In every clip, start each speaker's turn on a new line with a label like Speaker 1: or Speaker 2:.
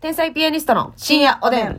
Speaker 1: 天才ピアニストの深夜おでん。どう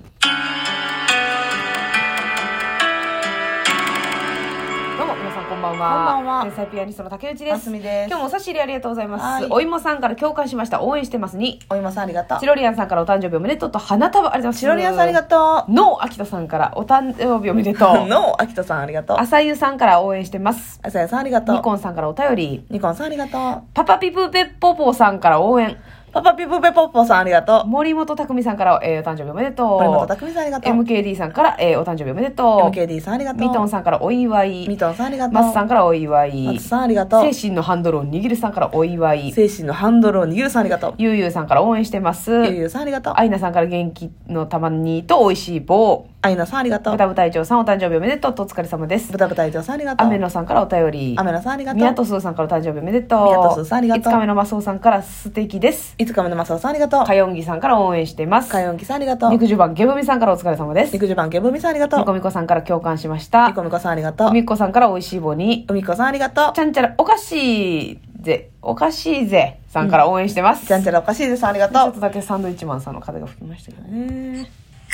Speaker 1: も皆さんこんばんは。
Speaker 2: こんばんは
Speaker 1: 天才ピアニストの竹内で。
Speaker 2: ますすみです
Speaker 1: 今日もお差し入れありがとうございま
Speaker 2: は
Speaker 1: す
Speaker 2: い。
Speaker 1: お芋さんから共感しました。応援してますに。
Speaker 2: お今さんありがとう
Speaker 1: チロリアンさんからお誕生日おめでとうと花束ありがとうございます。
Speaker 2: チロリアンさんありがとう
Speaker 1: ノーアキトさんからお誕生日おめでとう。
Speaker 2: のあきとさんありがとう
Speaker 1: 浅ゆさんから応援してます。
Speaker 2: あさやさんありがとう
Speaker 1: ニコンさんからお便り。
Speaker 2: ニコンさんありがとう
Speaker 1: パパピプペッポポさんから応援。
Speaker 2: パパピプペポッポさんありがとう
Speaker 1: 森本匠さんから、えーお誕生日おめでとう。
Speaker 2: 森本匠さんありがとう
Speaker 1: MKD さんから、えーお誕生日おめでとう。
Speaker 2: MKD さんありがとう
Speaker 1: ミトン
Speaker 2: さ
Speaker 1: さんからお祝い。
Speaker 2: ミトンさんありがとう
Speaker 1: マスさんからお祝い
Speaker 2: 松。さんありがとう
Speaker 1: 精神のハンドルを握るさんからお祝い。
Speaker 2: 精神のハンドルを握るさんありがとう
Speaker 1: ゆうゆうさんから応援してます。
Speaker 2: ゆうゆうさんありがとう
Speaker 1: アイナさんから元気のたまにと美味しい棒。
Speaker 2: あいなさんありがとう
Speaker 1: ブタブ隊長さんお誕生日おめでとうとお疲れ様です
Speaker 2: ブ。タブタイ長さんありがとう
Speaker 1: 雨野さんからお便り。
Speaker 2: 雨野さんありがとう
Speaker 1: 宮戸すーさんからお誕生日おめでとう。
Speaker 2: 宮戸すーさんありがとう
Speaker 1: 5日目のマスオさんから素敵です。
Speaker 2: いつかめのマサオさんありがとう
Speaker 1: かよんぎさんから応援しています
Speaker 2: か。よんきさんありがとう
Speaker 1: 肉十番ゲブミさんからお疲れ様です。
Speaker 2: 肉じゅばんけぶみさんありがとう
Speaker 1: みこみこさんから共感しました
Speaker 2: み。こみこさんありがとう
Speaker 1: みこさんから美味しい棒に。
Speaker 2: うみこさんありがとう
Speaker 1: ちゃんちゃらおかしいぜ、おかしいぜさんから応援してます。
Speaker 2: ちゃんちゃらおかしいですありが
Speaker 1: ちょ
Speaker 2: と
Speaker 1: っとだけサンドイッチマンさんの風が吹きましたけどね。
Speaker 2: う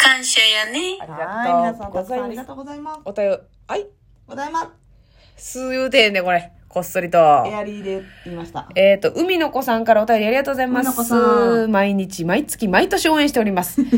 Speaker 3: 感謝やね。
Speaker 1: あり
Speaker 2: はい
Speaker 1: が
Speaker 2: 皆
Speaker 1: と
Speaker 2: さ
Speaker 1: うんご
Speaker 2: たく
Speaker 1: ざ
Speaker 2: さんあ
Speaker 1: い
Speaker 2: り
Speaker 1: ま
Speaker 2: が
Speaker 1: す。
Speaker 2: とうございます
Speaker 1: お便り、はい。
Speaker 2: ございます
Speaker 1: すー言うてんね、これ。こっそりと。
Speaker 2: エアリーで言いました
Speaker 1: えっ、と、海の子さんからお便りありがとうございます。
Speaker 2: 海の子さん
Speaker 1: 毎日、毎月、毎年応援しております。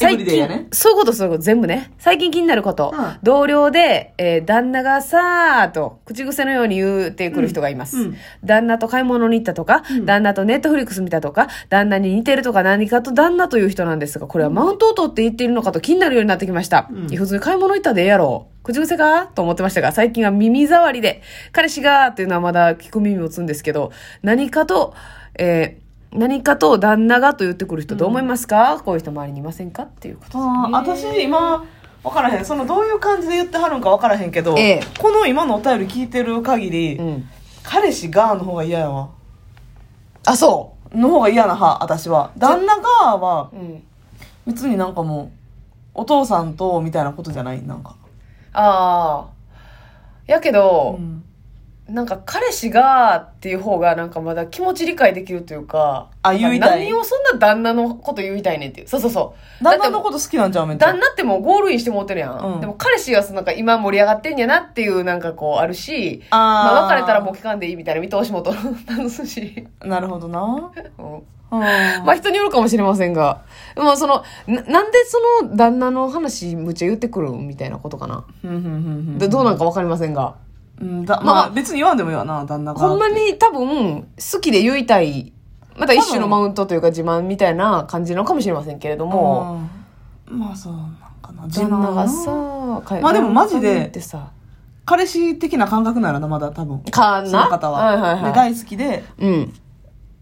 Speaker 2: エブリデイやね
Speaker 1: そういうこと、そういうこと、全部ね。最近気になること。
Speaker 2: うん
Speaker 1: 同僚で、えー旦那がさーと、口癖のように言ってくる人がいます。
Speaker 2: うんうん
Speaker 1: 旦那と買い物に行ったとか、旦那とネットフリックス見たとか、旦那に似てるとか何かと旦那という人なんですが、これはマウントを取って言っているのかと気になるようになってきました。
Speaker 2: うん
Speaker 1: いや普通に買い物行ったでええやろ。口癖かと思ってましたが、最近は耳障りで、彼氏がっていうのはまだ聞く耳を打つんですけど、何かと、えー何かと旦那がと言ってくる人どう思いますか、こういう人周りにいませんかっていうことです
Speaker 2: あ
Speaker 1: ね。
Speaker 2: ー私今分からへんそのどういう感じで言ってはるんか分からへんけど、
Speaker 1: ええ
Speaker 2: この今のお便り聞いてる限り、
Speaker 1: うん。
Speaker 2: 彼氏がの方が嫌やわ
Speaker 1: あ、そ
Speaker 2: の方が嫌な派私は旦那がは
Speaker 1: う。うん。
Speaker 2: 別になんかもうお父さんとみたいなことじゃないなんか、
Speaker 1: ああ。やけ
Speaker 2: う
Speaker 1: ど、
Speaker 2: ん
Speaker 1: なんか彼氏がっていう方がなんかまだ気持ち理解できるというか、
Speaker 2: あ
Speaker 1: なんか
Speaker 2: 言いたい
Speaker 1: 何をそんな旦那のこと言いたいねんっていう。そうそうそう。
Speaker 2: 旦那の
Speaker 1: と
Speaker 2: こと好きなんちゃうめっちゃ
Speaker 1: 旦那ってもうゴールインしてもうてるやん。
Speaker 2: うん
Speaker 1: でも彼氏はそのなんか今盛り上がってんやなっていうなんかこうあるし、
Speaker 2: あー
Speaker 1: まあ別れたらもう期間でいいみたいな見通しも 取るし、
Speaker 2: なるほ どな、
Speaker 1: うん
Speaker 2: うん、
Speaker 1: まあ人によるかもしれませんが、まあその、ななんでその旦那の話むっちゃ言ってくるんみたいなことかな。
Speaker 2: ふんふんふんふん
Speaker 1: でどうなんかわかりませんが。
Speaker 2: うんだ
Speaker 1: ま
Speaker 2: ま
Speaker 1: あ
Speaker 2: あ別に言わんでもいいわな旦那が
Speaker 1: ほんまに多分、好きで言いたい、また一種のマウントというか自慢みたいな感じなのかもしれませんけれども、
Speaker 2: うんまあそうなんかな
Speaker 1: 旦那が
Speaker 2: じゃあな
Speaker 1: さ、か
Speaker 2: まあでもマジで
Speaker 1: 旦那ってさ、
Speaker 2: 彼氏的な感覚ならなまだ多分
Speaker 1: かな
Speaker 2: その方は,、
Speaker 1: はいはいはい
Speaker 2: で大好きで
Speaker 1: うん。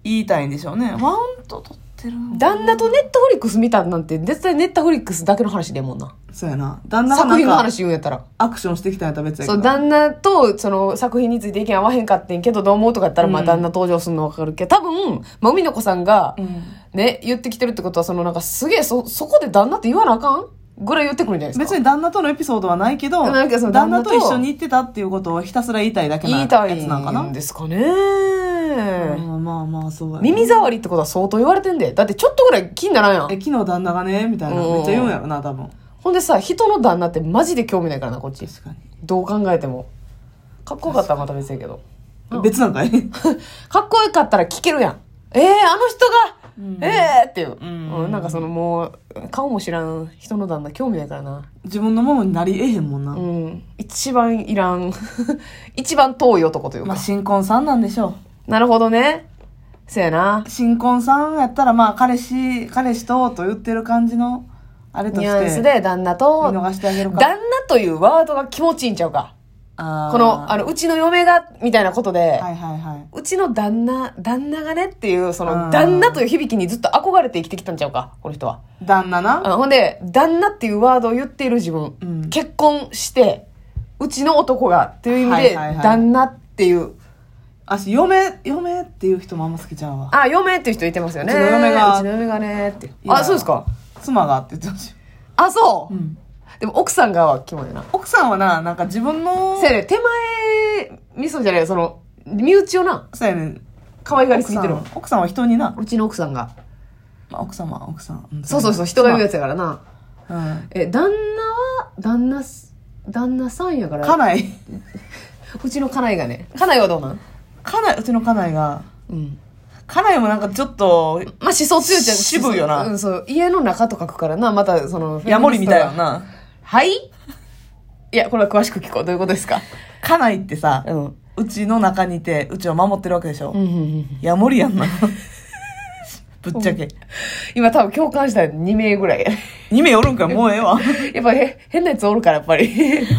Speaker 2: 言いたいんでしょうねマウント取ってるの
Speaker 1: 旦那とネットフリックス見たなんて絶対ネットフリックスだけの話でもんな
Speaker 2: そうやな旦那が
Speaker 1: 作品の
Speaker 2: なんか
Speaker 1: 話言うんやったら
Speaker 2: アクションしてきたんやったら別やけど
Speaker 1: そう旦那とその作品について意見合わへんかってんけどどう思うとかやったらまあ
Speaker 2: うん
Speaker 1: 旦那登場するの分かるけど多分、まあ、海の子さんが
Speaker 2: うん
Speaker 1: ね言ってきてるってことはそのなんかすげえそそこで旦那って言わなあかんぐらい言ってくるんじゃないですか
Speaker 2: 別に旦那とのエピソードはないけど
Speaker 1: なんかその
Speaker 2: 旦那と
Speaker 1: 旦
Speaker 2: 一
Speaker 1: 那と
Speaker 2: 緒に行ってたっていうことをひたすら言いたいだけ
Speaker 1: 言
Speaker 2: なや
Speaker 1: い
Speaker 2: つ
Speaker 1: た
Speaker 2: なんかない
Speaker 1: んですかね、
Speaker 2: うんまあまあそうやな
Speaker 1: 耳障りってことは相当言われてんでだってちょっとぐらい気にならんやん
Speaker 2: え昨日旦那がねみたいな
Speaker 1: うん
Speaker 2: めっちゃ言うんやろな多分
Speaker 1: ほんでさ人の旦那ってマジで興味ないからなこっち
Speaker 2: 確かに
Speaker 1: どう考えてもかっこよかったらまた別やけどうん
Speaker 2: 別なんかい
Speaker 1: かっこよかったら聞けるやんえー、あの人が、
Speaker 2: うん
Speaker 1: えーっていう、
Speaker 2: うん
Speaker 1: うんなんかそのもう顔も知らん人の旦那興味ないからな
Speaker 2: 自分のものになりえへんもんな、
Speaker 1: うん一番いらん 一番遠い男というか、
Speaker 2: まあ新婚さんなんでしょう
Speaker 1: なるほどねせやな
Speaker 2: 新婚さんやったらまあ彼氏彼氏とと言ってる感じのあれと
Speaker 1: ニ
Speaker 2: して
Speaker 1: ュアンスで旦那
Speaker 2: 見
Speaker 1: と
Speaker 2: 逃してあげるか
Speaker 1: 旦那というワードが気持ちいいんちゃうか
Speaker 2: あー
Speaker 1: このあのうちの嫁がみたいなことで、
Speaker 2: はいはいは
Speaker 1: うちの旦那旦那がねっていうそ
Speaker 2: あ
Speaker 1: の
Speaker 2: ー
Speaker 1: 旦那という響きにずっと憧れて生きてきたんちゃうかこの人はい
Speaker 2: 旦那な
Speaker 1: あほんで旦那っていうワードを言っている自分、
Speaker 2: うん
Speaker 1: 結婚してうちの男がっていう意味で、
Speaker 2: はいはいはい
Speaker 1: 旦那っていう
Speaker 2: あし嫁嫁っていう人もあんま好きちゃうわ
Speaker 1: あ嫁っていう人いてますよね
Speaker 2: うちの嫁
Speaker 1: う
Speaker 2: が
Speaker 1: ちの嫁がねって
Speaker 2: いや
Speaker 1: あそうですか
Speaker 2: 妻がって言ってほしい、
Speaker 1: あそう、
Speaker 2: うん、
Speaker 1: でも奥さんがはキモいな
Speaker 2: 奥さんはななんか自分の
Speaker 1: せやね手前味噌じゃないその身内をな
Speaker 2: そうやねん
Speaker 1: 可愛がりすぎてる
Speaker 2: 奥さん奥さんは人にな
Speaker 1: うちの奥さんが
Speaker 2: まあ、奥様、奥さん。ん
Speaker 1: そうそうそう、人が言うやつやからな。
Speaker 2: まあうん。
Speaker 1: え、旦那は、旦那す、旦那さんやから。
Speaker 2: 家内、
Speaker 1: うちの家内がね。家内はどうなん
Speaker 2: 家内、うちの家内が、
Speaker 1: うん。
Speaker 2: 家内もなんかちょっと、
Speaker 1: まあ、思想強いっちゃ
Speaker 2: 渋いよな
Speaker 1: うん、そう。家の中とか書くからな、また、その、
Speaker 2: ヤモリみたいな
Speaker 1: フェミニス
Speaker 2: な。
Speaker 1: トが。はいいや、これは詳しく聞こう。どういうことですか
Speaker 2: 家内ってさ、
Speaker 1: うん。
Speaker 2: うちの中にいて、うちを守ってるわけでしょ。
Speaker 1: うんうんうん
Speaker 2: ヤモリやん な。ぶっちゃけ。
Speaker 1: 今多分共感した2名ぐらい。
Speaker 2: 2名おるんかいもうええわ。
Speaker 1: やっぱへ変なやつおるから、やっぱり。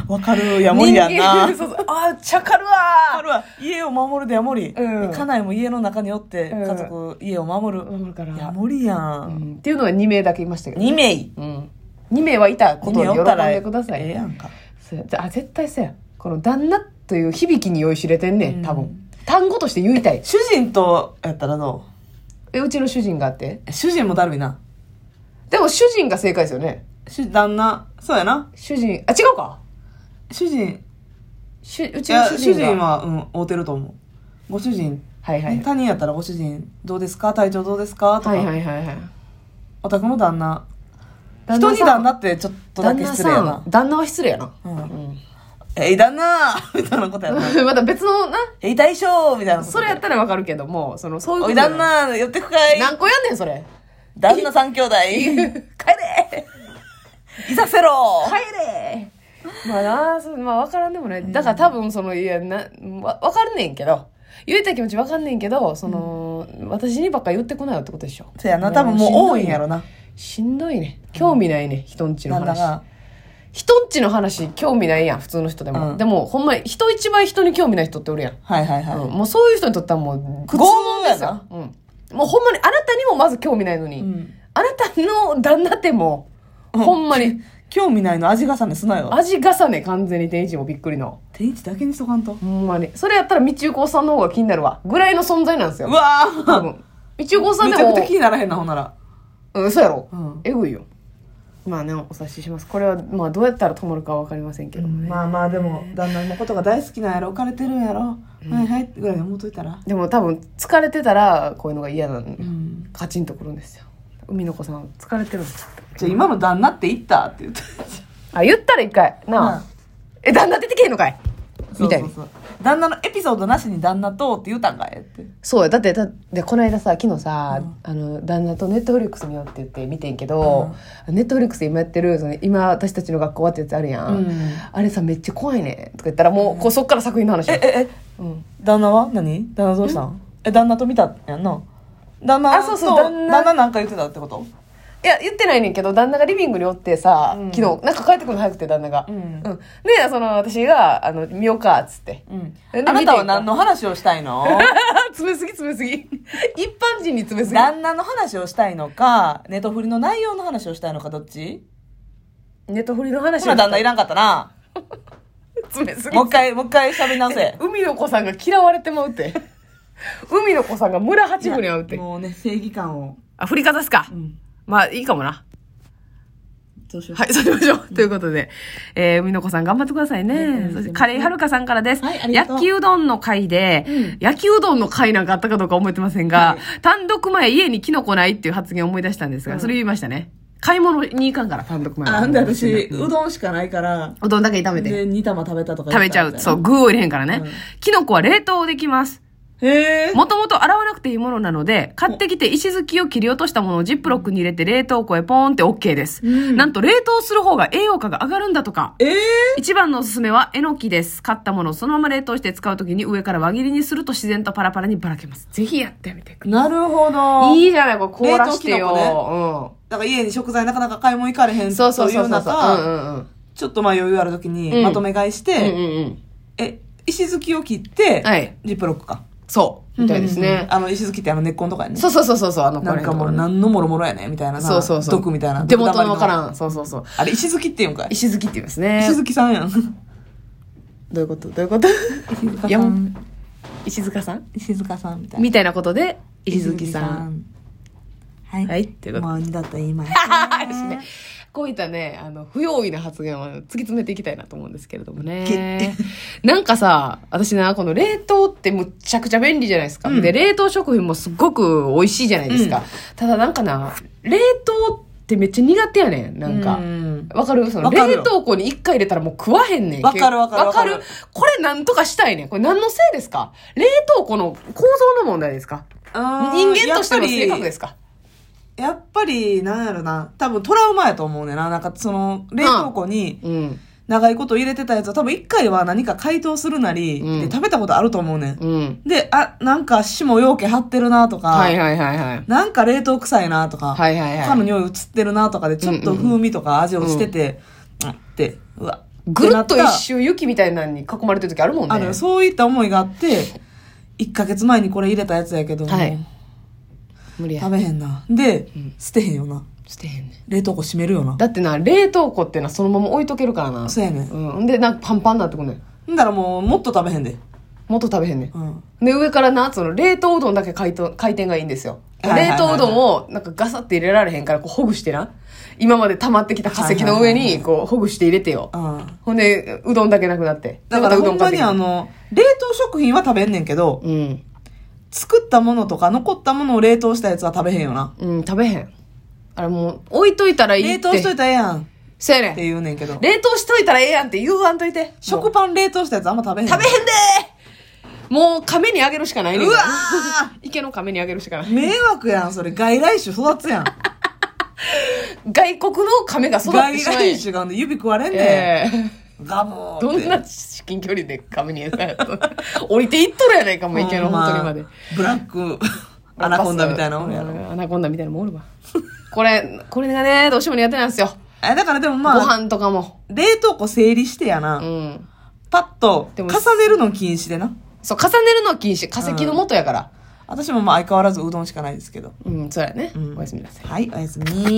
Speaker 2: わかる、ヤモリやん
Speaker 1: 人
Speaker 2: な。
Speaker 1: 間そう そうあー、ちゃかるわ
Speaker 2: わかるわ家を守るでヤモリ、
Speaker 1: うん
Speaker 2: 家内も家の中におって
Speaker 1: うん
Speaker 2: 家族家を守る、
Speaker 1: ー守るから
Speaker 2: ヤモリや、
Speaker 1: うんんっていうのは2名だけいましたけど、
Speaker 2: 二名
Speaker 1: うん、2名はいたことを喜んでください。
Speaker 2: ええやんか
Speaker 1: そうやあ絶対そうやこの旦那という響きに酔いしれてんね
Speaker 2: うんん
Speaker 1: 多分単語として言いたい
Speaker 2: 主人とやったらど
Speaker 1: えうちの主人があって
Speaker 2: う主人もだるいな
Speaker 1: でも主人が正解ですよね
Speaker 2: 主旦那そうやな
Speaker 1: 主人あ違うか
Speaker 2: 主人
Speaker 1: 主う
Speaker 2: い
Speaker 1: ちの
Speaker 2: や
Speaker 1: 主
Speaker 2: 主
Speaker 1: 人が
Speaker 2: 人はうん合うてると思うご主人、
Speaker 1: はいはい、
Speaker 2: ね他人やったらご主人どうですか体調どうですかとか、
Speaker 1: はいはいはいはい
Speaker 2: お宅の旦那
Speaker 1: 旦
Speaker 2: 人
Speaker 1: 那さん
Speaker 2: に旦那ってちょっとだけ失礼や
Speaker 1: 旦那
Speaker 2: な
Speaker 1: さん旦那は失礼やな、
Speaker 2: うん
Speaker 1: うん
Speaker 2: えい旦那 みたいなことやな
Speaker 1: また別のな
Speaker 2: えい大将みたいなこと
Speaker 1: それやったらわかるけどもそのそういうこ
Speaker 2: お
Speaker 1: と
Speaker 2: い
Speaker 1: じゃ
Speaker 2: 旦
Speaker 1: ない
Speaker 2: 那寄ってくかい
Speaker 1: 何個やんねんそれ
Speaker 2: 旦那三兄弟帰れいさせろ
Speaker 1: 帰れまあなあ、そうまあ分からんでもない。だから多分その、いや、な、わ分かんねんけど、言えた気持ち分かんねんけど、その、私にばっか言ってこないよってことでしょ。
Speaker 2: そうやな多分もう多いんやろな
Speaker 1: しんどいね。興味ないね、人んちの
Speaker 2: 旦那
Speaker 1: 話。
Speaker 2: が
Speaker 1: 人んちの話、興味ないやん、普通の人でも。
Speaker 2: うん
Speaker 1: でも、ほんまに、人一倍人に興味ない人っておるやん。
Speaker 2: はいはいはい、
Speaker 1: うんもうそういう人にとってはもう、
Speaker 2: 苦
Speaker 1: 拷
Speaker 2: 痛
Speaker 1: 問です
Speaker 2: や
Speaker 1: よ
Speaker 2: な。
Speaker 1: うん。もうほんまに、あなたにもまず興味ないのに、
Speaker 2: うん
Speaker 1: あなたの旦那ってもう、
Speaker 2: うん
Speaker 1: ほんまに、
Speaker 2: 興味ないの味重ねすなよ
Speaker 1: 味重ね、完全に天一もびっくりの。
Speaker 2: 定位置だけにしとかんと
Speaker 1: ほんまに。それやったら、道行さんの方が気になるわ。ぐらいの存在なんですよ。
Speaker 2: うわ
Speaker 1: 多
Speaker 2: ー
Speaker 1: 分。道行さん
Speaker 2: め
Speaker 1: で
Speaker 2: ちゃ
Speaker 1: も
Speaker 2: くちゃ、気にならへんなほんなら
Speaker 1: うん、そうやろ。
Speaker 2: うん
Speaker 1: えぐいよ。まあね、お察しします。これは、まあ、どうやったら止まるかはわかりませんけどもね。
Speaker 2: まあまあでも旦那のことが大好きなんやろ浮かれてるんやろ、はいはいぐらい思っといたら
Speaker 1: でも多分、疲れてたら、こういうのが嫌なんで、
Speaker 2: ん
Speaker 1: カチンとくるんですよ。海の子さん、疲れてるんです
Speaker 2: じゃあ今の旦那って言ったって言った
Speaker 1: あ、言ったら一回。なあ、
Speaker 2: うん
Speaker 1: え、旦那出てけへんのかいみたいな
Speaker 2: そう。そうそう旦那のエピソードなしに旦那とって言うたんかいって
Speaker 1: そうやだってだでこの間さ昨日さ、あの旦那とネットフリックス見ようって言って見てんけど、ネットフリックス今やってるその今私たちの学校はってやつあるやん、
Speaker 2: うん
Speaker 1: あれさめっちゃ怖いねとか言ったらもう,、こうそっから作品の話
Speaker 2: えええ
Speaker 1: うん、
Speaker 2: 旦那は何旦那どうしたんえ旦那と見たやんな旦那
Speaker 1: あそうそう
Speaker 2: と
Speaker 1: 旦那
Speaker 2: 旦那なんか言ってたってこと
Speaker 1: いや言ってないねんけど旦那がリビングにおってさ、
Speaker 2: うん
Speaker 1: 昨日なんか帰ってくるの早くて旦那が、
Speaker 2: うん
Speaker 1: でその私があの「見ようか」っつって。
Speaker 2: うん
Speaker 1: えで
Speaker 2: あなたは
Speaker 1: 見てんか
Speaker 2: 何の話をしたい の
Speaker 1: 詰めすぎ詰めすぎ 一般人に詰めすぎ
Speaker 2: 旦那の話をしたいのかネトフリの内容の話をしたいのかどっち
Speaker 1: ネットフリの話
Speaker 2: ほら旦那いらんかったな
Speaker 1: 詰めすぎ
Speaker 2: もう一回もう一回喋り直せ
Speaker 1: 海の子さんが嫌われてまうって。海の子さんが村八分に会うって。
Speaker 2: もうね正義感を
Speaker 1: あ、振りかざすか。
Speaker 2: うん
Speaker 1: まあ、いいかもな。
Speaker 2: どうしよう
Speaker 1: はい、そうしましょう。ということで、えー、海の子さん頑張ってくださいね。そして、カレーはるかさんからです。
Speaker 2: はいありがとう
Speaker 1: 焼きうどんの回で、焼きうどんの回なんかあったかどうか覚えてませんが、単独前家にキノコないっていう発言を思い出したんですが、それ言いましたね。買い物に行かんから、単独前は
Speaker 2: あんで私うどんしかないから
Speaker 1: うどんだけ炒めて。
Speaker 2: で2玉食べたとか
Speaker 1: 食べちゃう。そうう、具を入れへんからね
Speaker 2: うん。
Speaker 1: キノコは冷凍できます。
Speaker 2: へえ
Speaker 1: もともと洗わなくていいものなので、買ってきて石突きを切り落としたものをジップロックに入れて冷凍庫へポーンって OK です。
Speaker 2: うん
Speaker 1: なんと冷凍する方が栄養価が上がるんだとか。
Speaker 2: えー
Speaker 1: 一番のおすすめはえのきです。買ったものをそのまま冷凍して使うときに上から輪切りにすると自然とパラパラにばらけます。ぜひやってみてくだ
Speaker 2: なるほ
Speaker 1: さ
Speaker 2: ど
Speaker 1: い。いいじゃない、これ凍らしてよ。
Speaker 2: 冷凍キノ
Speaker 1: う
Speaker 2: だから家に食材なかなか買い物行かれへん
Speaker 1: ん。そうそう
Speaker 2: とい
Speaker 1: そううそうそう。
Speaker 2: 中、
Speaker 1: うんうん
Speaker 2: ちょっとまあ余裕ある時
Speaker 1: うん
Speaker 2: にまとめ買いして、
Speaker 1: うん。うんうんうん。
Speaker 2: え、石突きを切って、
Speaker 1: はい
Speaker 2: ジップロックか。
Speaker 1: そう。みたいです
Speaker 2: うんうんう
Speaker 1: ね
Speaker 2: ん。あの石突きってあの根っこのとかやね。
Speaker 1: そうそうそうそうそう、あの、
Speaker 2: なんかもう
Speaker 1: これ
Speaker 2: 何のもろもろやねみたいなな。
Speaker 1: そうそうそう。
Speaker 2: 毒みたいな。
Speaker 1: 手元のわか
Speaker 2: ん。
Speaker 1: らん。そうそうそう。
Speaker 2: あれ石突きって言うんかい。
Speaker 1: 石突きって言いますね。
Speaker 2: 石突きさんやん。
Speaker 1: どういうことどういうことい
Speaker 2: 石塚
Speaker 1: や
Speaker 2: さ。
Speaker 1: もうん 石塚さん
Speaker 2: 石塚さんみたいな。
Speaker 1: みたいなことで、石月さん。
Speaker 2: ん。はい。
Speaker 1: はいってこと
Speaker 2: もう二度と言いません。
Speaker 1: です ね。こういったね、あの、不用意な発言は突き詰めていきたいなと思うんですけれどもね。なんかさ、私な、この冷凍ってむっちゃくちゃ便利じゃないですか。
Speaker 2: うん
Speaker 1: で、冷凍食品もすっごく美味しいじゃないですか。
Speaker 2: うん
Speaker 1: ただなんかな、冷凍ってめっちゃ苦手やねん、なんか
Speaker 2: う。ん
Speaker 1: わかるその
Speaker 2: わかる
Speaker 1: 冷
Speaker 2: よ
Speaker 1: 凍庫に一回入れたらもう食わへんねん。
Speaker 2: わかるわかる
Speaker 1: わ
Speaker 2: わ
Speaker 1: か
Speaker 2: かる
Speaker 1: るこれなんとかしたいねん。これ何のせいですか冷凍庫の構造の問題ですか人間としての性格ですか
Speaker 2: やっぱり、なんやろな。多分トラウマやと思うねんな。なんかその、冷凍庫に
Speaker 1: うん。
Speaker 2: 長いこと入れてたやつは多分一回は何か解凍するなり、
Speaker 1: うん
Speaker 2: で食べたことあると思うねん。
Speaker 1: うん。
Speaker 2: で、あ、なんか霜容器張ってるなとか、
Speaker 1: はいはいはいはい。
Speaker 2: なんか冷凍臭いなとか、
Speaker 1: はいはいはい
Speaker 2: 他の匂い移ってるなとかで、ちょっと風味とか味落ちてて、うんって、うわ。
Speaker 1: ぐるっと
Speaker 2: てな
Speaker 1: 一
Speaker 2: た
Speaker 1: 周雪みたいなのに囲まれてる時あるもんね。
Speaker 2: あの、そういった思いがあって、1ヶ月前にこれ入れたやつやけど、
Speaker 1: はい
Speaker 2: も
Speaker 1: 無理
Speaker 2: う
Speaker 1: や
Speaker 2: 食。べへんな。で、
Speaker 1: うん
Speaker 2: 捨てへんよな。
Speaker 1: してへんねん
Speaker 2: 冷凍庫閉めるよな。
Speaker 1: だってな、冷凍庫ってのはそのまま置いとけるからな。
Speaker 2: そうやねん。
Speaker 1: うん。で、なんかパンパンになってくんねん。
Speaker 2: んだらもう、もっと食べへんで。
Speaker 1: もっと食べへんねん。
Speaker 2: うん。
Speaker 1: で、上からな、その冷凍うどんだけ回転回転がいいんですよ。
Speaker 2: はいはいは
Speaker 1: 冷
Speaker 2: い
Speaker 1: 凍うどんをなんかガサって入れられへんから、こうほぐしてな。今まで溜まってきた化石の上
Speaker 2: はいはい
Speaker 1: に、こうほぐして入れてよ。
Speaker 2: うん。
Speaker 1: ほんで、うどんだけなくなって。
Speaker 2: だから
Speaker 1: また
Speaker 2: ほ
Speaker 1: うんどん買
Speaker 2: ま
Speaker 1: って
Speaker 2: に
Speaker 1: きて
Speaker 2: あの、冷凍食品は食べんねんけど、
Speaker 1: うん。
Speaker 2: 作ったものとか残ったものを冷凍したやつは食べへんよな。
Speaker 1: うん、食べへん。あれもう、置いといたらいいっ
Speaker 2: 冷
Speaker 1: て。
Speaker 2: 凍しといたらええやんっ
Speaker 1: せやねん
Speaker 2: て。言うねんけど、
Speaker 1: 冷凍しといたらええやんって言わんといて。
Speaker 2: 食パン冷凍したやつあんま食べへん。
Speaker 1: 食べへんでーもう亀にあげるしかないねん
Speaker 2: うわ
Speaker 1: 池の亀にあげるしかない。
Speaker 2: 迷惑やん、それ。外来種育つやん。
Speaker 1: 外国の亀が育っ
Speaker 2: 外
Speaker 1: てしまえ
Speaker 2: 来。種があんで指食われんね
Speaker 1: ええ
Speaker 2: ん。ガモーって
Speaker 1: どんな至近距離で亀に餌や と。降りていっとるやないか、もう池の
Speaker 2: ほん
Speaker 1: 本当にまで。
Speaker 2: ブラッ ク、アナコンダみたいなもんや
Speaker 1: う
Speaker 2: ろ。
Speaker 1: アナコンダみたいなもんおるわ。これ、これがね、どうしても苦手なんですよ。
Speaker 2: え、だからでも
Speaker 1: ご
Speaker 2: まあ、
Speaker 1: 飯とかも。
Speaker 2: 冷凍庫整理してやな。
Speaker 1: うん。
Speaker 2: パッと、
Speaker 1: で
Speaker 2: 重
Speaker 1: も
Speaker 2: ねるの禁止でな。
Speaker 1: そう、重ねるのは禁止。化石の元やから。
Speaker 2: 私もまあ相変わらずうどんしかないですけど。
Speaker 1: うん、そうやね。
Speaker 2: うん
Speaker 1: おやすみなさい。
Speaker 2: はい、おやすみ。